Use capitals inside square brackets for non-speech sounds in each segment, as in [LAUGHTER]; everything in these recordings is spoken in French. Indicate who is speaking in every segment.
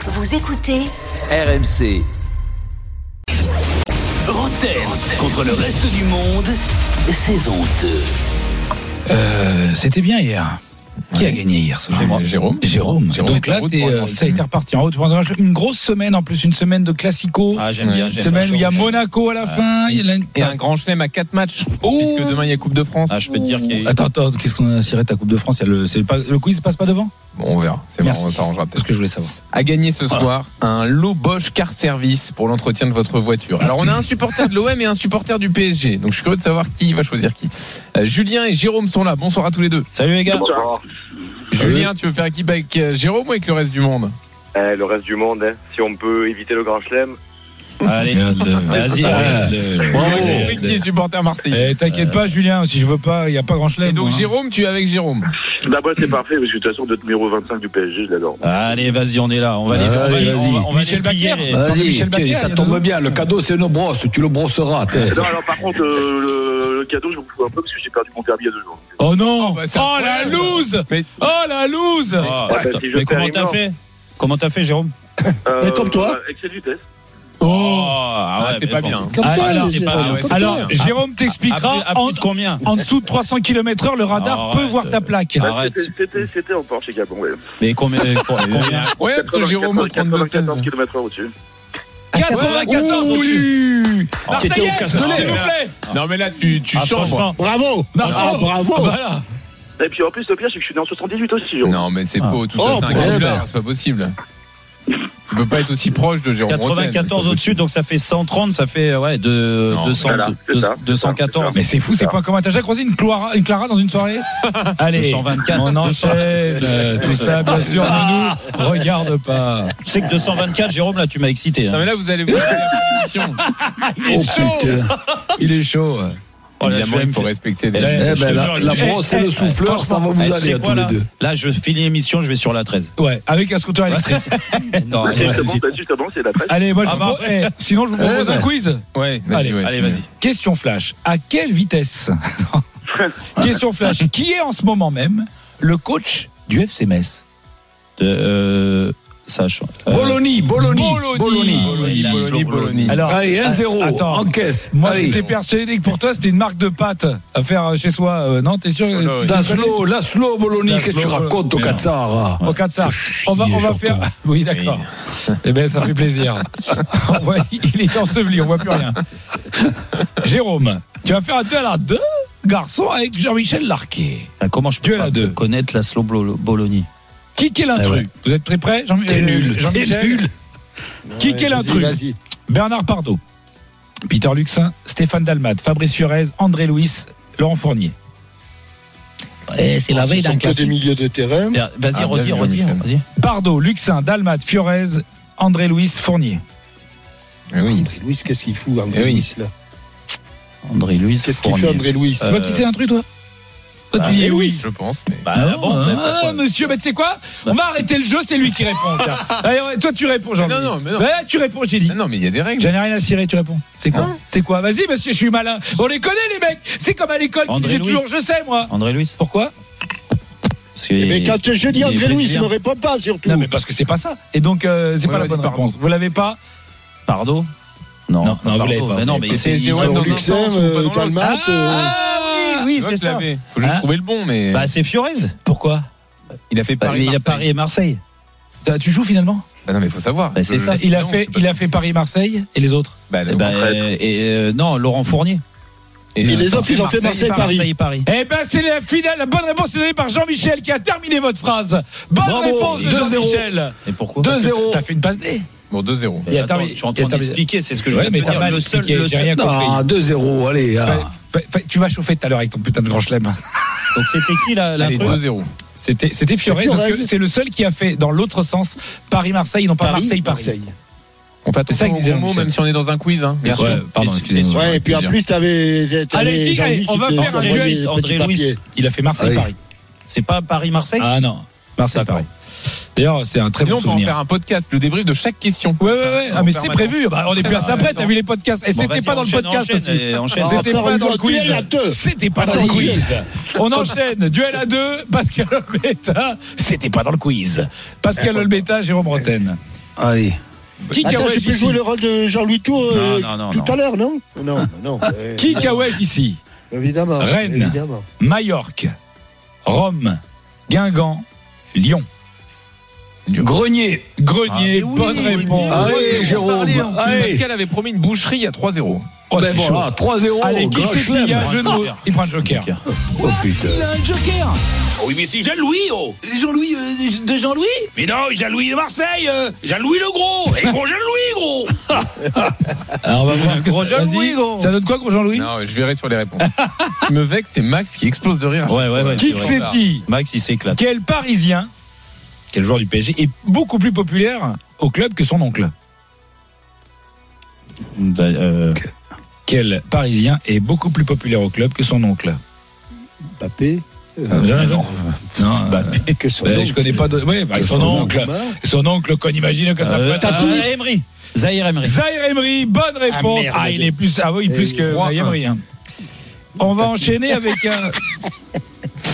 Speaker 1: Vous écoutez
Speaker 2: RMC. Roten contre le reste du monde, saison 2.
Speaker 3: Euh, C'était bien hier. Qui a gagné hier ce
Speaker 4: C'est moi. Jérôme.
Speaker 3: Jérôme.
Speaker 4: Jérôme
Speaker 3: Donc
Speaker 4: est en
Speaker 3: là,
Speaker 4: route
Speaker 3: t'es,
Speaker 4: pour un
Speaker 3: euh,
Speaker 4: grand
Speaker 3: ça a été
Speaker 4: chelem.
Speaker 3: reparti en haute Une grosse semaine en plus, une semaine de classico.
Speaker 4: Ah, j'aime bien.
Speaker 3: une
Speaker 4: j'aime
Speaker 3: semaine
Speaker 4: bien.
Speaker 3: où il y a Monaco à la fin. Il y a la- Ah.
Speaker 5: Et un grand chelem à 4 matchs, puisque demain il y a Coupe de France.
Speaker 4: Ah, je peux te dire qu'il y a-
Speaker 3: Attends, attends, qu'est-ce qu'on a tiré ta Coupe de France Il y a le, c'est pas- le quiz passe pas devant
Speaker 5: Bon, on verra, c'est bon,
Speaker 3: Merci.
Speaker 5: on s'arrangera
Speaker 3: C'est ce
Speaker 5: peut-être.
Speaker 3: que je voulais savoir.
Speaker 5: À gagner ce soir, un lot Bosch carte service pour l'entretien de votre voiture. Alors on a un supporter de l'OM et un supporter du PSG, donc je suis curieux de savoir qui va choisir qui. Euh, Julien et Jérôme sont là, bonsoir à tous les deux.
Speaker 3: Salut les gars.
Speaker 5: Ah Julien, tu veux faire équipe avec euh, Jérôme ou avec le reste du monde
Speaker 6: Eh, le reste du monde, hein. si on peut éviter le grand chelem.
Speaker 4: Allez. Vas-y.
Speaker 5: Eh, J'ai compris qui est supporter marseillais.
Speaker 3: euh, Eh, T'inquiète pas, Julien. Si je veux pas, il y a pas grand
Speaker 5: Et
Speaker 3: chelem.
Speaker 5: donc
Speaker 3: moi, hein.
Speaker 5: Jérôme, tu es avec Jérôme.
Speaker 7: D'abord, Bah, c'est parfait, parce que de toute façon, notre numéro 25 du PSG, je l'adore.
Speaker 4: Allez, vas-y, on est là. On va aller. on va
Speaker 8: Allez,
Speaker 4: aller-
Speaker 8: Ah, vas-y.
Speaker 4: on va- On va aller euh,
Speaker 3: Michel
Speaker 4: plier
Speaker 3: Bacquière.
Speaker 4: les-
Speaker 3: Michel
Speaker 8: Vas-y,
Speaker 3: Bacquier,
Speaker 8: tiens, ça
Speaker 3: il y a
Speaker 8: tombe
Speaker 3: deux
Speaker 8: bien. Le cadeau, c'est une brosse. Tu le brosseras. t'es.
Speaker 7: Non, alors par contre, euh, le, le cadeau, je m'en fous un peu, parce que j'ai perdu mon permis il y a deux jours.
Speaker 3: Oh non. Oh,
Speaker 5: Oh, bah, c'est
Speaker 3: la
Speaker 5: incroyable.
Speaker 3: lose.
Speaker 5: Mais-
Speaker 3: Oh la lose.
Speaker 4: Ah,
Speaker 7: Ah, bah, si je
Speaker 4: Mais
Speaker 7: perds,
Speaker 4: comment
Speaker 7: il
Speaker 4: t'as
Speaker 7: meurt.
Speaker 4: fait Comment t'as fait, Jérôme
Speaker 7: Euh,
Speaker 8: Mais comme toi.
Speaker 7: euh, Excès de vitesse.
Speaker 3: Oh.
Speaker 4: ah
Speaker 5: Ah,
Speaker 4: ouais,
Speaker 5: c'est
Speaker 4: mais
Speaker 5: pas
Speaker 4: bon.
Speaker 5: bien.
Speaker 8: Comme
Speaker 3: Ah,
Speaker 8: toi,
Speaker 3: alors,
Speaker 8: les-
Speaker 4: c'est pas-
Speaker 8: comme
Speaker 5: ouais,
Speaker 8: toi.
Speaker 3: Alors, Jérôme t'expliquera.
Speaker 4: À plus- à
Speaker 3: En,
Speaker 4: plus de Ah, combien
Speaker 3: en dessous de 300 km/h, le radar
Speaker 4: Alors,
Speaker 3: peut
Speaker 4: arrête,
Speaker 3: voir ta plaque.
Speaker 4: euh,
Speaker 7: Bah,
Speaker 4: Arrête.
Speaker 7: c'était- C'était c'était en Porsche, chez Gabon, ouais.
Speaker 4: Mais combien Ah, combien-
Speaker 5: Ah, Ouais, parce que Jérôme a 32 16.
Speaker 7: 94 km/h au-dessus.
Speaker 3: 94 au-dessus.
Speaker 8: T'étais au
Speaker 3: Marseillais, s'il
Speaker 8: Castellet.
Speaker 3: vous plaît.
Speaker 5: Non mais là tu, tu
Speaker 4: Ah,
Speaker 5: chambres.
Speaker 4: franchement.
Speaker 8: Bravo.
Speaker 3: Marco.
Speaker 8: Ah, bravo.
Speaker 3: bah Voilà.
Speaker 7: Et puis en plus, le pire, c'est que je suis né en 78 aussi, Jérôme.
Speaker 5: Non, mais c'est
Speaker 3: Ah.
Speaker 5: faux, tout
Speaker 8: Oh,
Speaker 5: ça c'est un
Speaker 8: bah,
Speaker 5: calculaire,
Speaker 8: bah.
Speaker 5: c'est pas possible. Tu peux pas être aussi proche de Jérôme Rotten, c'est pas
Speaker 4: 94 au-dessus,
Speaker 5: possible.
Speaker 4: donc ça fait 130, ça fait ouais, de,
Speaker 5: Non,
Speaker 4: 200,
Speaker 7: voilà, c'est
Speaker 4: de-
Speaker 7: ça, c'est
Speaker 4: 214.
Speaker 3: Mais c'est fou, c'est pas comme un t'as déjà croisé une Clara, une Clara dans une soirée
Speaker 4: [LAUGHS]
Speaker 3: Allez,
Speaker 4: 224,
Speaker 3: on
Speaker 4: [LAUGHS]
Speaker 3: enchaîne euh, tout ça, bien sûr, ne nous regarde pas.
Speaker 4: Tu sais que 224, Jérôme, là, tu m'as excité. hein.
Speaker 5: Non mais là vous allez vous faire la position.
Speaker 4: Ah,
Speaker 8: Oh putain.
Speaker 3: Il est chaud. ouais.
Speaker 4: Oh, là,
Speaker 5: Évidemment,
Speaker 4: je
Speaker 5: il faut
Speaker 4: l'aime.
Speaker 5: respecter
Speaker 4: Eh
Speaker 5: des
Speaker 4: ben,
Speaker 8: Eh
Speaker 4: Je te
Speaker 8: ben,
Speaker 4: jure,
Speaker 8: la, la
Speaker 4: eh,
Speaker 8: brosse et
Speaker 4: eh,
Speaker 8: le souffleur, ça va vous
Speaker 4: Eh, tu
Speaker 8: aller
Speaker 4: sais
Speaker 8: à
Speaker 4: quoi,
Speaker 8: tous les
Speaker 4: là,
Speaker 8: deux.
Speaker 4: là, je finis l'émission, je vais sur la 13.
Speaker 3: Ouais, avec un scooter électrique.
Speaker 4: Non,
Speaker 7: Ah,
Speaker 4: allez, vas-y.
Speaker 7: Justement, bah, justement, c'est la tête.
Speaker 3: Allez, moi, je
Speaker 4: Ah
Speaker 3: vous
Speaker 4: bah,
Speaker 3: propose- eh, sinon, je vous propose
Speaker 8: Eh
Speaker 3: un
Speaker 8: ben.
Speaker 3: quiz.
Speaker 5: Ouais,
Speaker 3: Allez,
Speaker 5: vas-y, ouais.
Speaker 4: allez, vas-y.
Speaker 3: Question flash. À quelle vitesse Question flash. Qui est en ce moment même le coach du FC Metz
Speaker 4: De, euh, Sache. Euh,
Speaker 8: Bologna, Bologna,
Speaker 5: Bologna.
Speaker 8: Bologna.
Speaker 5: Bologna,
Speaker 4: Bologna,
Speaker 5: Bologna, Bologna.
Speaker 3: Alors,
Speaker 8: Allez,
Speaker 3: a-
Speaker 8: 1-0.
Speaker 3: Ah, attends.
Speaker 8: Encaisse.
Speaker 3: moi,
Speaker 8: Allez.
Speaker 3: j'étais persuadé que pour toi, c'était une marque de pâte à faire euh, chez soi. Euh, non, t'es sûr
Speaker 5: Oh là,
Speaker 3: Tu connais
Speaker 8: Laszlo, Laszlo Bologna,
Speaker 3: Laszlo
Speaker 8: qu'est-ce que tu
Speaker 3: Bologna.
Speaker 8: racontes au
Speaker 3: Mais non.
Speaker 8: Qatar hein
Speaker 3: Au Qatar. On va, on va faire. [LAUGHS] Oui, d'accord. Eh bien, ça fait plaisir. On voit- il est enseveli, on voit plus rien. Jérôme, tu vas faire un duel à deux garçons avec Jean-Michel Larquet.
Speaker 4: ah, Comment je peux
Speaker 3: Duel à
Speaker 4: pas
Speaker 3: deux.
Speaker 4: connaître la slow Bologna
Speaker 3: Qui est l'intrus
Speaker 8: Eh ouais.
Speaker 3: Vous êtes très prêts Jean-
Speaker 8: T'es
Speaker 3: euh,
Speaker 8: nul, t'es
Speaker 3: Jean-Michel
Speaker 8: nul.
Speaker 3: Qui est l'intrus Bernard Pardo, Peter Luxin, Stéphane Dalmat, Fabrice Fiorez, André Louis, Laurent Fournier.
Speaker 4: Eh, C'est la veille d'un milieux de terrain. Vas-y,
Speaker 5: Ah,
Speaker 4: redis,
Speaker 5: bien vu,
Speaker 4: redis,
Speaker 5: Michel.
Speaker 4: redis.
Speaker 3: Pardo, Luxin, Dalmat, Fiorez, André Louis, Fournier.
Speaker 5: Eh oui.
Speaker 9: Louis, qu'est-ce qu'il fout, André
Speaker 5: Eh oui.
Speaker 9: Louis, là
Speaker 4: André Luis.
Speaker 9: Qu'est-ce qu'il
Speaker 4: Fournier.
Speaker 9: fait, André Louis
Speaker 3: Tu vois qui c'est l'intrus, toi Toi,
Speaker 4: bah,
Speaker 3: tu dis
Speaker 4: eh
Speaker 3: oui.
Speaker 5: Je pense. mais-
Speaker 4: Bah,
Speaker 3: Ah,
Speaker 4: bon, mais
Speaker 3: ah,
Speaker 4: pourquoi
Speaker 3: monsieur, mais tu sais quoi On va arrêter le jeu, c'est lui qui répond. tiens. Allez, ouais, toi, tu réponds, jean
Speaker 5: Mais non, non, mais non.
Speaker 3: tu réponds, j'ai dit.
Speaker 5: Ah Non, Non, mais il y a des règles.
Speaker 3: J'en ai rien à cirer, tu réponds. C'est quoi
Speaker 5: Non.
Speaker 3: C'est quoi Vas-y, monsieur, je suis malin. On les connaît, les mecs. C'est comme à l'école, tu
Speaker 4: André
Speaker 3: disais
Speaker 4: Louis.
Speaker 3: toujours, je sais, moi.
Speaker 4: André Luis.
Speaker 3: Pourquoi
Speaker 4: Parce que-
Speaker 9: Mais quand je
Speaker 4: il est
Speaker 9: dis André Louis, il
Speaker 4: brésilien.
Speaker 9: ne répond pas, surtout.
Speaker 3: Non, mais parce que c'est pas ça. Et donc, euh, c'est pas
Speaker 5: Ouais,
Speaker 3: la
Speaker 5: on a dit
Speaker 3: bonne
Speaker 5: pardon.
Speaker 3: réponse. Vous l'avez pas
Speaker 4: Pardo Non,
Speaker 3: Non, non, vous l'avez pas,
Speaker 4: Mais non,
Speaker 3: vous
Speaker 4: mais
Speaker 3: l'avez
Speaker 4: c'est.
Speaker 5: PSG,
Speaker 4: ils
Speaker 5: ouais,
Speaker 4: sont-
Speaker 5: dans
Speaker 9: Alors,
Speaker 5: un
Speaker 9: Luxem,
Speaker 5: sens, on
Speaker 9: euh,
Speaker 5: va dans l'autre.
Speaker 9: Dalmat, euh,
Speaker 4: Ah oui, oui, c'est
Speaker 5: L'autre
Speaker 4: ça.
Speaker 5: l'avait. Faut juste
Speaker 3: Hein
Speaker 5: trouver le bon, mais
Speaker 4: Bah, c'est Fiorez.
Speaker 3: Pourquoi
Speaker 5: il a fait
Speaker 4: Bah, mais
Speaker 5: Paris.
Speaker 4: Il a Paris et Marseille.
Speaker 3: T'as- Ah, Tu joues finalement
Speaker 5: Bah, non, mais faut savoir.
Speaker 4: Bah, c'est
Speaker 5: Je-
Speaker 4: ça,
Speaker 3: Il a
Speaker 5: non,
Speaker 3: fait,
Speaker 5: je sais
Speaker 3: il
Speaker 5: pas.
Speaker 3: a fait Paris-Marseille et les autres.
Speaker 5: Bah,
Speaker 4: Eh
Speaker 5: le-
Speaker 4: ben, euh, et, euh, non, Laurent Fournier.
Speaker 5: et
Speaker 9: et les
Speaker 5: le-
Speaker 9: autres, ils ont fait Marseille-Paris.
Speaker 4: Marseille, Paris.
Speaker 3: Eh ben, c'est la finale. La bonne réponse est donnée par Jean-Michel qui a terminé votre phrase. Bonne
Speaker 8: Bravo,
Speaker 3: réponse de
Speaker 8: 2-0.
Speaker 3: Jean-Michel.
Speaker 4: Et pourquoi
Speaker 8: Deux-
Speaker 3: Parce que
Speaker 8: 2-0.
Speaker 3: T'as fait une passe D.
Speaker 5: Bon, 2-0.
Speaker 3: Il a
Speaker 4: Attends,
Speaker 3: terminé-
Speaker 4: Je suis en
Speaker 3: il a
Speaker 4: train
Speaker 3: terminé.
Speaker 4: d'expliquer, c'est ce que je
Speaker 3: Ouais,
Speaker 4: viens de
Speaker 3: mais
Speaker 4: te
Speaker 3: t'as
Speaker 4: dire.
Speaker 3: mal
Speaker 4: Le seul,
Speaker 3: expliqué,
Speaker 4: le
Speaker 3: j'ai
Speaker 4: seul-
Speaker 3: rien compris.
Speaker 8: Ah, 2-0, allez.
Speaker 3: Fa-
Speaker 8: ah.
Speaker 3: fa- fa- tu vas chauffer tout à l'heure avec ton putain de grand chelem.
Speaker 4: Donc c'était qui la, la
Speaker 5: Allez, 2-0.
Speaker 3: C'était c'était Fiorez,
Speaker 9: C'est Fiorez.
Speaker 3: parce que c'est le seul qui a fait dans l'autre sens Paris-Marseille, non pas Marseille-Paris.
Speaker 9: Marseille.
Speaker 5: On fait
Speaker 3: C'est ça
Speaker 5: attention
Speaker 3: que
Speaker 5: aux
Speaker 3: disait
Speaker 5: gros mots,
Speaker 3: Jean-Michel.
Speaker 5: même si on est dans un quiz. hein. Bien sûr.
Speaker 3: Ouais, pardon,
Speaker 4: Et-
Speaker 3: excusez-moi.
Speaker 4: et-
Speaker 9: Ouais, et puis en
Speaker 5: plaisir.
Speaker 9: plus, t'avais. t'avais
Speaker 3: Allez, dis,
Speaker 9: Jean-Louis
Speaker 3: allez,
Speaker 9: qui
Speaker 3: on va
Speaker 9: te
Speaker 3: faire
Speaker 9: envoyait
Speaker 4: André
Speaker 9: des
Speaker 4: Louis,
Speaker 9: petits
Speaker 4: André
Speaker 9: papiers.
Speaker 4: Louis.
Speaker 3: Il a fait Marseille-Paris.
Speaker 4: C'est pas Paris-Marseille
Speaker 3: Ah non, Marseille-Paris. D'ailleurs, c'est un très
Speaker 5: Sinon,
Speaker 3: bon
Speaker 5: on peut en faire
Speaker 3: souvenir.
Speaker 5: un podcast, le débrief de chaque question.
Speaker 3: Ouais, ouais, ouais. Ah,
Speaker 5: en
Speaker 3: mais c'est
Speaker 5: permanence.
Speaker 3: prévu. Bah, on est plus à ça
Speaker 5: Ah,
Speaker 3: après. T'as
Speaker 5: attends.
Speaker 3: vu les podcasts. Et
Speaker 4: Bon,
Speaker 3: c'était
Speaker 4: vas-y,
Speaker 3: pas dans le
Speaker 4: enchaîne,
Speaker 3: podcast
Speaker 4: enchaîne,
Speaker 3: aussi.
Speaker 4: euh, enchaîne.
Speaker 9: On va
Speaker 3: C'était
Speaker 9: faire
Speaker 3: pas
Speaker 9: une
Speaker 3: dans le
Speaker 9: duel
Speaker 3: quiz.
Speaker 9: à deux.
Speaker 3: C'était pas dans le
Speaker 9: Vas-y.
Speaker 3: quiz. On enchaîne. Duel à deux. Pascal Olbeta. C'était pas dans le quiz. Pascal Olbeta, Jérôme Roten.
Speaker 8: Allez.
Speaker 3: Qui
Speaker 9: Attends,
Speaker 3: Kawaj
Speaker 9: j'ai pu
Speaker 3: ici
Speaker 9: jouer le rôle de Jean-Louis Tour euh,
Speaker 1: Non, non, non,
Speaker 9: tout
Speaker 1: non.
Speaker 9: à l'heure, non Non, non. euh,
Speaker 3: Qui
Speaker 9: non,
Speaker 3: Kawaj ici
Speaker 9: Évidemment.
Speaker 3: Rennes.
Speaker 9: Évidemment.
Speaker 3: Majorque, Rome, Guingamp, Lyon.
Speaker 8: Grenier.
Speaker 3: Grenier,
Speaker 1: Ah, mais oui,
Speaker 3: bonne
Speaker 1: oui,
Speaker 3: réponse.
Speaker 1: Ah oui,
Speaker 8: Allez,
Speaker 1: on
Speaker 8: Jérôme.
Speaker 5: Bah,
Speaker 1: parlait en-
Speaker 8: Allez.
Speaker 5: Pascal avait promis une boucherie à 3-0.
Speaker 3: Oh,
Speaker 8: Ben
Speaker 3: c'est chaud.
Speaker 10: ah,
Speaker 8: voilà, 3-0.
Speaker 3: Allez, qui
Speaker 8: Grand
Speaker 3: c'est qui
Speaker 8: chelem.
Speaker 3: Il y a un jeu de mots. Il prend un joker.
Speaker 8: Oh putain.
Speaker 2: Il a un joker Ah Oui, mais c'est Jean-Louis, oh Jean-Louis euh, de Jean-Louis Mais non, Jean-Louis de Marseille euh, Jean-Louis le gros Et gros Jean-Louis, [LAUGHS] gros
Speaker 3: Alors, on va voir ce que
Speaker 1: Gros
Speaker 3: ça-
Speaker 1: Jean-Louis,
Speaker 3: vas-y.
Speaker 1: gros.
Speaker 3: Ça donne quoi, gros Jean-Louis
Speaker 5: Non, je verrai sur les [LAUGHS] réponses. Ce qui me vexe, c'est Max qui explose de rire.
Speaker 1: Ouais, ouais, ouais.
Speaker 3: Qui
Speaker 1: c'est
Speaker 3: que
Speaker 1: vrai.
Speaker 3: c'est qui
Speaker 1: Max, il s'éclate.
Speaker 3: Quel Parisien, quel joueur du PSG, est beaucoup plus populaire au club que son oncle
Speaker 1: Bah, euh,
Speaker 3: Quel Parisien est beaucoup plus populaire au club que son oncle Ah,
Speaker 9: Mbappé.
Speaker 3: Non, non, euh,
Speaker 9: Que son
Speaker 3: ben,
Speaker 9: oncle.
Speaker 3: je connais pas de. Oui, bah,
Speaker 9: que
Speaker 3: son, oncle.
Speaker 9: Neymar.
Speaker 3: Son oncle qu'on imagine que ça peut
Speaker 1: euh,
Speaker 3: être.
Speaker 1: ah,
Speaker 9: fille.
Speaker 1: Emery. Zahir Emery.
Speaker 3: Zahir Emery, bonne réponse.
Speaker 9: merde.
Speaker 3: Ah, il est plus, ah oui, plus
Speaker 9: Et
Speaker 3: que
Speaker 5: trois,
Speaker 3: Zahir
Speaker 5: un.
Speaker 3: Emery. hein. On va enchaîner avec
Speaker 9: [LAUGHS]
Speaker 3: un,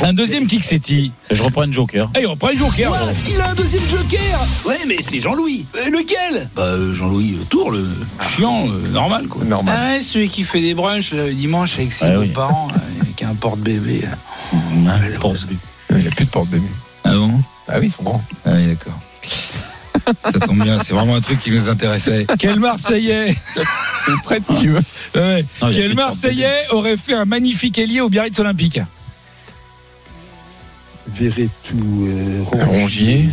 Speaker 3: un deuxième kick city.
Speaker 1: Je reprends un joker.
Speaker 3: Allez, on prend le joker.
Speaker 2: Quoi Il a un deuxième joker Ouais, mais c'est Jean-Louis Euh, Lequel Bah, euh, Jean-Louis euh, Tour, le chiant, euh, normal, quoi.
Speaker 5: Normal.
Speaker 10: Ah ouais, celui qui fait des brunchs euh, le dimanche avec ses
Speaker 1: Ah
Speaker 10: beaux
Speaker 1: oui.
Speaker 10: parents, là, et qui a un porte-bébé.
Speaker 5: Il n'y a plus de porte de nuit.
Speaker 3: Ah bon
Speaker 5: Ah oui, ils sont grands.
Speaker 3: Ah oui, d'accord. Ça tombe bien, c'est vraiment un truc qui nous intéressait. Quel Marseillais
Speaker 5: Prête si tu veux.
Speaker 3: Ouais.
Speaker 1: Non, il y a plus
Speaker 3: Quel
Speaker 1: de
Speaker 3: Marseillais aurait fait un magnifique ailier au Biarritz Olympique
Speaker 9: Verretou. euh,
Speaker 5: Rongier.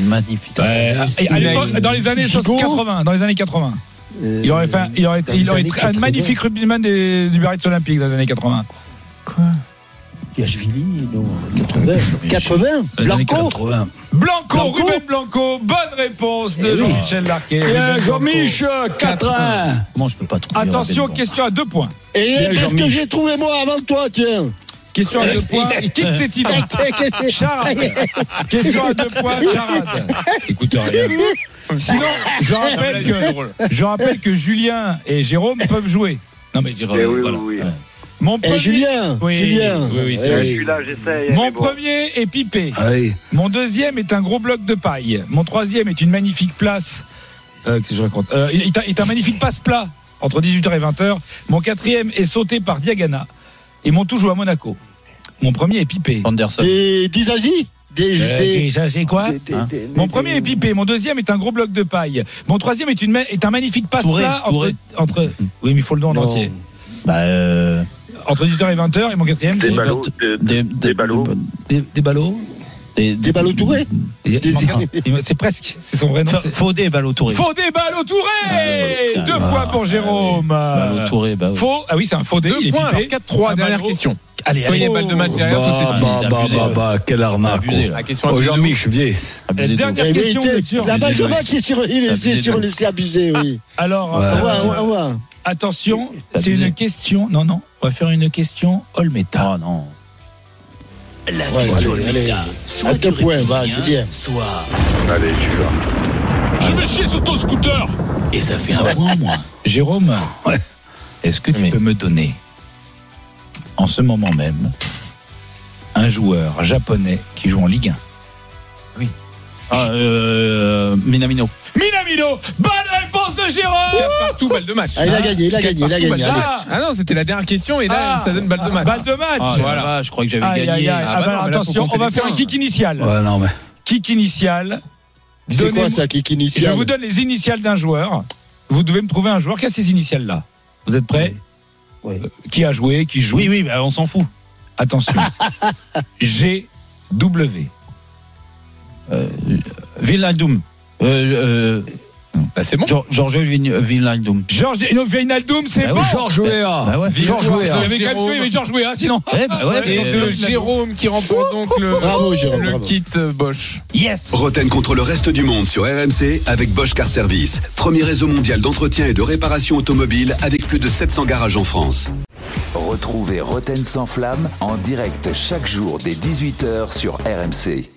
Speaker 1: Magnifique.
Speaker 10: Ah,
Speaker 3: Euh, et à l'époque, Dans les années
Speaker 9: Gigot.
Speaker 3: 80, dans les années 80.
Speaker 9: euh,
Speaker 3: Il aurait fait, un- il aurait,
Speaker 9: dans
Speaker 3: il
Speaker 9: les
Speaker 3: aurait
Speaker 9: années
Speaker 3: été un
Speaker 9: 80.
Speaker 3: magnifique rugbyman des- du Biarritz Olympique dans les années 80.
Speaker 9: Gashvili, non. 80. 80
Speaker 3: Les années
Speaker 9: Blanco
Speaker 3: Blanco,
Speaker 9: Blanco.
Speaker 3: Ruben Blanco, bonne réponse de
Speaker 9: Eh oui. Eh,
Speaker 3: Jean-Michel Larquet.
Speaker 8: Bien,
Speaker 3: Ruben
Speaker 8: Jean-Mich, euh, 4-1.
Speaker 1: Comment je peux pas trouver
Speaker 3: Attention,
Speaker 1: Rabel,
Speaker 3: question à deux points.
Speaker 9: Et
Speaker 8: Bien,
Speaker 9: qu'est-ce que
Speaker 8: Jean-Mich.
Speaker 9: j'ai trouvé moi avant toi, tiens
Speaker 3: Question à
Speaker 9: [LAUGHS]
Speaker 3: deux points. Qui que c'est-il
Speaker 9: Eh, qu'est-ce que-
Speaker 3: Charade. Question à deux points,
Speaker 9: [LAUGHS]
Speaker 3: charade. Écoute rien. Sinon, je
Speaker 9: Ah,
Speaker 3: rappelle, que, je rappelle que Julien et Jérôme peuvent jouer. Non mais Jérôme,
Speaker 6: Eh oui,
Speaker 3: voilà.
Speaker 6: oui, oui.
Speaker 3: Mon
Speaker 9: Eh,
Speaker 3: premier,
Speaker 9: Julien
Speaker 3: Oui,
Speaker 9: Julien
Speaker 3: oui, oui, c'est
Speaker 9: Eh,
Speaker 6: Je suis là, j'essaye.
Speaker 3: mon
Speaker 6: mais bon.
Speaker 3: premier est pipé.
Speaker 8: Allez.
Speaker 3: Mon deuxième est un gros bloc de paille. Mon troisième est une magnifique place. Euh, Qu'est-ce que je raconte Euh, est, un, est un magnifique passe-plat entre 18h et 20h. Mon quatrième est sauté par Diagana. Et mon tout joue à Monaco. Mon premier est pipé.
Speaker 1: euh, Anderson.
Speaker 9: Des Dizazi Des.
Speaker 3: Euh,
Speaker 9: des-
Speaker 3: ça, c'est quoi
Speaker 9: des- des-
Speaker 1: hein
Speaker 9: des-
Speaker 3: Mon
Speaker 9: des-
Speaker 3: premier est pipé, mon deuxième est un gros bloc de paille. Mon troisième est, une, ma- est un magnifique passe-plat entre,
Speaker 1: Touré,
Speaker 3: entre. Oui, mais il faut le don en
Speaker 9: Non.
Speaker 3: entier.
Speaker 1: Bah, euh,
Speaker 3: Entre 18h et 20h, et mon quatrième,
Speaker 7: Des
Speaker 3: c'est.
Speaker 7: ballots.
Speaker 1: des,
Speaker 7: Des, des ballots.
Speaker 1: Des, des ballots. Des,
Speaker 9: Des ballots tourés
Speaker 3: Il-
Speaker 9: Des-
Speaker 3: [LAUGHS] il- C'est presque, c'est son vrai nom.
Speaker 1: Fa-
Speaker 3: c'est-
Speaker 1: Faux des ballots tourés.
Speaker 3: Faux des balles au touré
Speaker 1: Ah,
Speaker 3: Deux
Speaker 1: ah,
Speaker 3: points pour
Speaker 1: ah,
Speaker 3: Jérôme.
Speaker 1: Ballots tourés, bah ouais.
Speaker 3: Faux, ah oui, c'est un faux dé. il
Speaker 5: Deux
Speaker 3: est
Speaker 5: points, alors
Speaker 3: pipé. Un
Speaker 5: 4-3, dernière
Speaker 3: ballot.
Speaker 5: question.
Speaker 1: Allez,
Speaker 5: Soyez
Speaker 1: allez.
Speaker 5: balle de match derrière, sauf
Speaker 8: Bah,
Speaker 5: Stéphane.
Speaker 8: bah, bah, bah, bah, quelle arnaque.
Speaker 1: Abusé, là.
Speaker 5: La question à
Speaker 8: Oh,
Speaker 5: Bruno.
Speaker 8: Jean-Mich, viens.
Speaker 1: Abusé de-
Speaker 3: Dernière
Speaker 9: Eh, mais
Speaker 3: question,
Speaker 9: t'es-
Speaker 3: bien sûr.
Speaker 9: La balle de
Speaker 1: Abusé,
Speaker 9: match, c'est sur, il est-
Speaker 1: Abusé,
Speaker 9: c'est sur
Speaker 1: donc.
Speaker 9: le c'est abusé, oui.
Speaker 3: Alors,
Speaker 8: Ouais.
Speaker 9: Au
Speaker 3: euh,
Speaker 9: revoir, au revoir.
Speaker 3: attention, c'est
Speaker 1: abusé.
Speaker 3: une question. Non, non, on va faire une question Olmeta.
Speaker 1: Ah non.
Speaker 2: La
Speaker 9: Ouais,
Speaker 3: ah,
Speaker 2: question
Speaker 9: allez,
Speaker 2: de
Speaker 9: allez.
Speaker 2: Lucas.
Speaker 9: À
Speaker 2: Soit
Speaker 9: deux
Speaker 2: tu réponds
Speaker 9: points, bah, c'est bien.
Speaker 2: Soit...
Speaker 6: Allez, je suis là.
Speaker 2: Je vais chier sur ton scooter Et ça fait un point, moi.
Speaker 3: Jérôme, est-ce que tu
Speaker 5: Oui.
Speaker 3: peux me donner, en ce moment même, un joueur japonais qui joue en Ligue 1
Speaker 1: Ah, euh, Minamino.
Speaker 3: Minamino Bonne réponse de Jérôme
Speaker 5: Partout, balle de match.
Speaker 9: Ah, il a gagné, il a gagné, il a gagné.
Speaker 3: balle.
Speaker 9: allez.
Speaker 3: Ah.
Speaker 5: Ah non, c'était la dernière question et là,
Speaker 3: Ah.
Speaker 5: ça donne balle de match.
Speaker 3: Balle de match
Speaker 1: Ah,
Speaker 5: Voilà.
Speaker 1: voilà. Je crois que j'avais
Speaker 3: Aïe,
Speaker 1: gagné.
Speaker 3: aïe, aïe.
Speaker 5: Ah
Speaker 3: Ah
Speaker 5: bah
Speaker 3: bah
Speaker 5: non, mais là,
Speaker 3: attention,
Speaker 5: faut compter
Speaker 3: on va
Speaker 5: les
Speaker 3: faire un
Speaker 5: points.
Speaker 3: kick initial.
Speaker 8: Ouais, non, mais.
Speaker 3: Kick initial.
Speaker 9: C'est
Speaker 3: Donnez-moi-
Speaker 9: quoi ça, Kiki
Speaker 3: Je
Speaker 9: Initial
Speaker 3: vous donne les initiales d'un joueur. Vous devez me trouver un joueur qui a ces initiales-là. Vous êtes prêts
Speaker 9: Oui. Oui.
Speaker 3: Euh, Qui a joué, qui joue
Speaker 1: Oui, oui, bah, on s'en fout. [LAUGHS]
Speaker 3: Attention. G, W.
Speaker 1: Euh, Vinaldum. Euh,
Speaker 5: Bah, c'est bon.
Speaker 1: euh, Gior- Giorgio Vin- Vinaldum.
Speaker 3: Georges Dino Vinaldum, c'est
Speaker 1: Bah
Speaker 3: bon
Speaker 1: oui.
Speaker 8: Georges
Speaker 1: Bah
Speaker 8: Weah.
Speaker 1: ouais.
Speaker 8: Georges
Speaker 3: Vous
Speaker 8: Weah.
Speaker 3: avez quand même
Speaker 5: Jérôme.
Speaker 3: fait, mais Georges Weah, sinon.
Speaker 1: Ouais, bah ouais,
Speaker 5: Et
Speaker 1: mais,
Speaker 5: de
Speaker 1: euh,
Speaker 5: Jérôme qui remporte donc le,
Speaker 9: Bravo, Jérôme,
Speaker 5: le
Speaker 9: bravo.
Speaker 5: kit euh, Bosch.
Speaker 1: Yes
Speaker 11: Roten contre le reste du monde sur RMC avec Bosch Car Service. Premier réseau mondial d'entretien et de réparation automobile avec plus de 700 garages en France.
Speaker 2: Retrouvez Roten sans flamme en direct chaque jour dès 18h sur RMC.